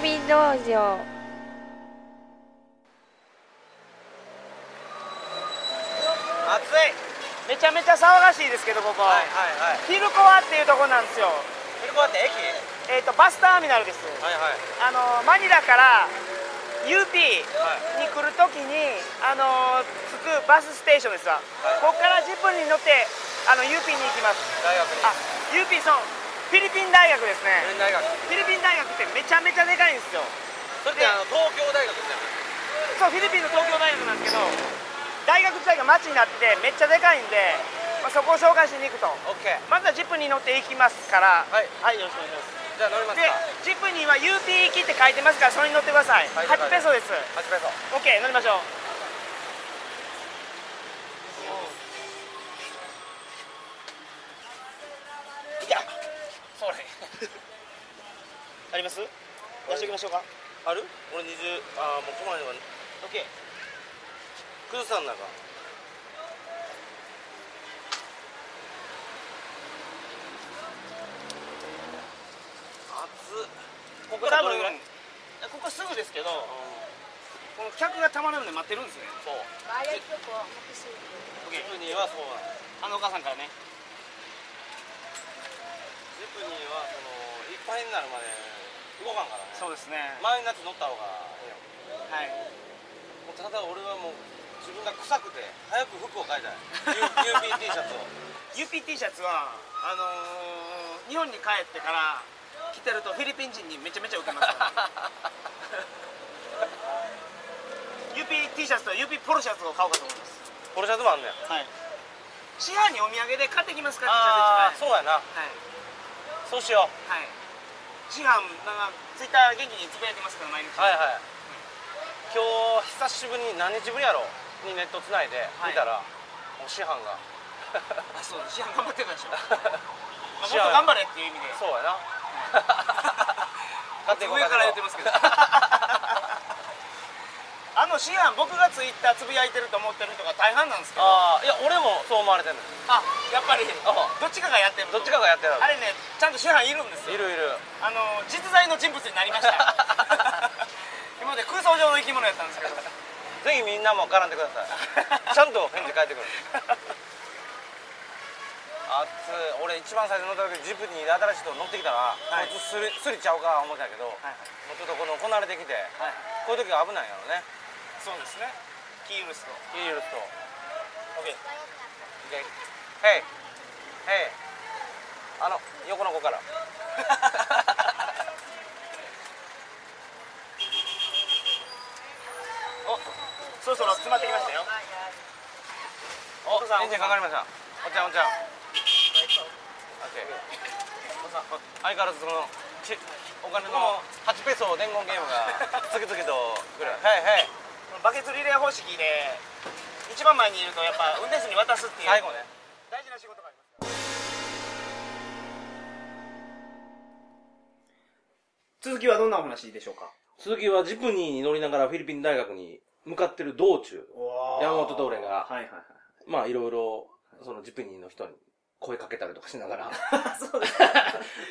ジオ暑いめちゃめちゃ騒がしいですけどここ、はいはいはい昼コアっていうとこなんですよフルコアって駅えっ、とバスターミナルです、はいはいあのマニラから UP はいに来るときにあの着くバスステーションですわ、ここから10分に乗ってあの UP に行きます大学にあ UP そうフィリピン大学です自ね分大学フィリピン大学ってめちゃめちゃでかいんですよそれってあの東京大学じゃないそうフィリピンの東京大学なんですけど大学自体が町になっててめっちゃでかいんで、まあ、そこを紹介しに行くとオッケーまずはジップに乗っていきますからはいはい、よろしくお願いしますじゃあ乗りますでかジップには UP 行きって書いてますからそれに乗ってください、はい8ペソです8ペソ OK 乗りましょういやそれあります出しておきましょうかある俺20ああもうここまでは OK 崩さんなんか暑っここれ多ど分れぐらいここすぐですけどこの客がたまらんので待ってるんですねそう Bayad ko po, makisuyo. ジプニーはそうなあんだのお母さんからねジプニーはそのいっぱいになるまで動かんからねそうですね、前になって乗った方がええやんはいもうただ俺はもう自分が臭くて早く服を変え たい UPT シャツを UPT シャツはあのー日本に帰ってから着てるとフィリピン人にめちゃめちゃウケますか ら UPT シャツと UP ポロシャツを買おうかと思います ポロシャツもあんねんはい市販にお土産で買ってきますからああ T シャツそうやな1枚そうしようはいはい市販なんかツイッター元気につぶやいてますから毎日はいはい今日久しぶりに何日ぶりやろにネットつないではい見たら、もう師 範があそう市販頑張ってたでしょ、まあ、もっ市と販頑張れっていう意味 でそうやな勝手に上から言ってますけ どあのシアン僕がツイッターつぶやいてると思ってる人が大半なんですけどあああいや俺もそう思われてるやっぱりあどっちかがやってるどっちかがやってるあれねちゃんとシアンいるんですいよるいるあの実在の人物になりました 今まで空想上の生き物やったんですけどぜひみんなも絡んでくださ いちゃんと返事返ってくるあっつ俺一番最初乗った時ジプニーで新しい人乗ってきたら、はいこいつすりすりちゃうか思ってたけど、はいもうちょっとこのこなれてきてはいこういう時は危ないやろねそうですねキーウルスとヒールと OK ヘイヘイあの横の子 からおそろそろ詰まってきましたよおお父さんエンジンかかりましたおっちゃんおっちゃん OK 相変わらずそのちお金の8ペソ伝言ゲームが次々と来るはいはいバケツリレー方式で一番前にいるとやっぱ運転手に渡すっていう最後ね大事な仕事があります続きはどんなお話でしょうか続きはジプニーに乗りながらフィリピン大学に向かってる道中山本と俺はがいはいはいまあいろいろそのジプニーの人に声かけたりとかしなが らそうですね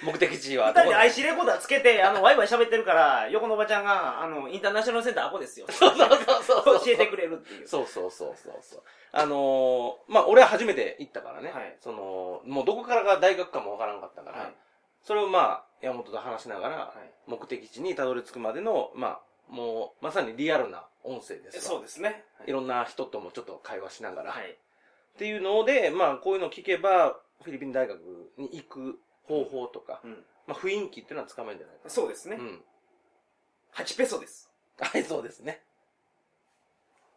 目的地は二ど人こでだ IC レコーダーつけて、あの、ワイワイ喋ってるから、横のおばちゃんが、あの、インターナショナルセンターアコですよ。そうそうそうそう教えてくれるっていう。そうそうそうそうそうあのーまあ俺は初めて行ったからね、はいそのもうどこからが大学かもわからんかったから、はいそれをまあ山本と話しながらい目的地にたどり着くまでのまあもうまさにリアルな音声ですわそうですね。いろんな人ともちょっと会話しながら、はい。っていうので、まあ、こういうのを聞けば、フィリピン大学に行く方法とか、うん。まあ、雰囲気っていうのはつかめるんじゃないかそうですねな。う。ん。 8ペソです。はい、そうですね。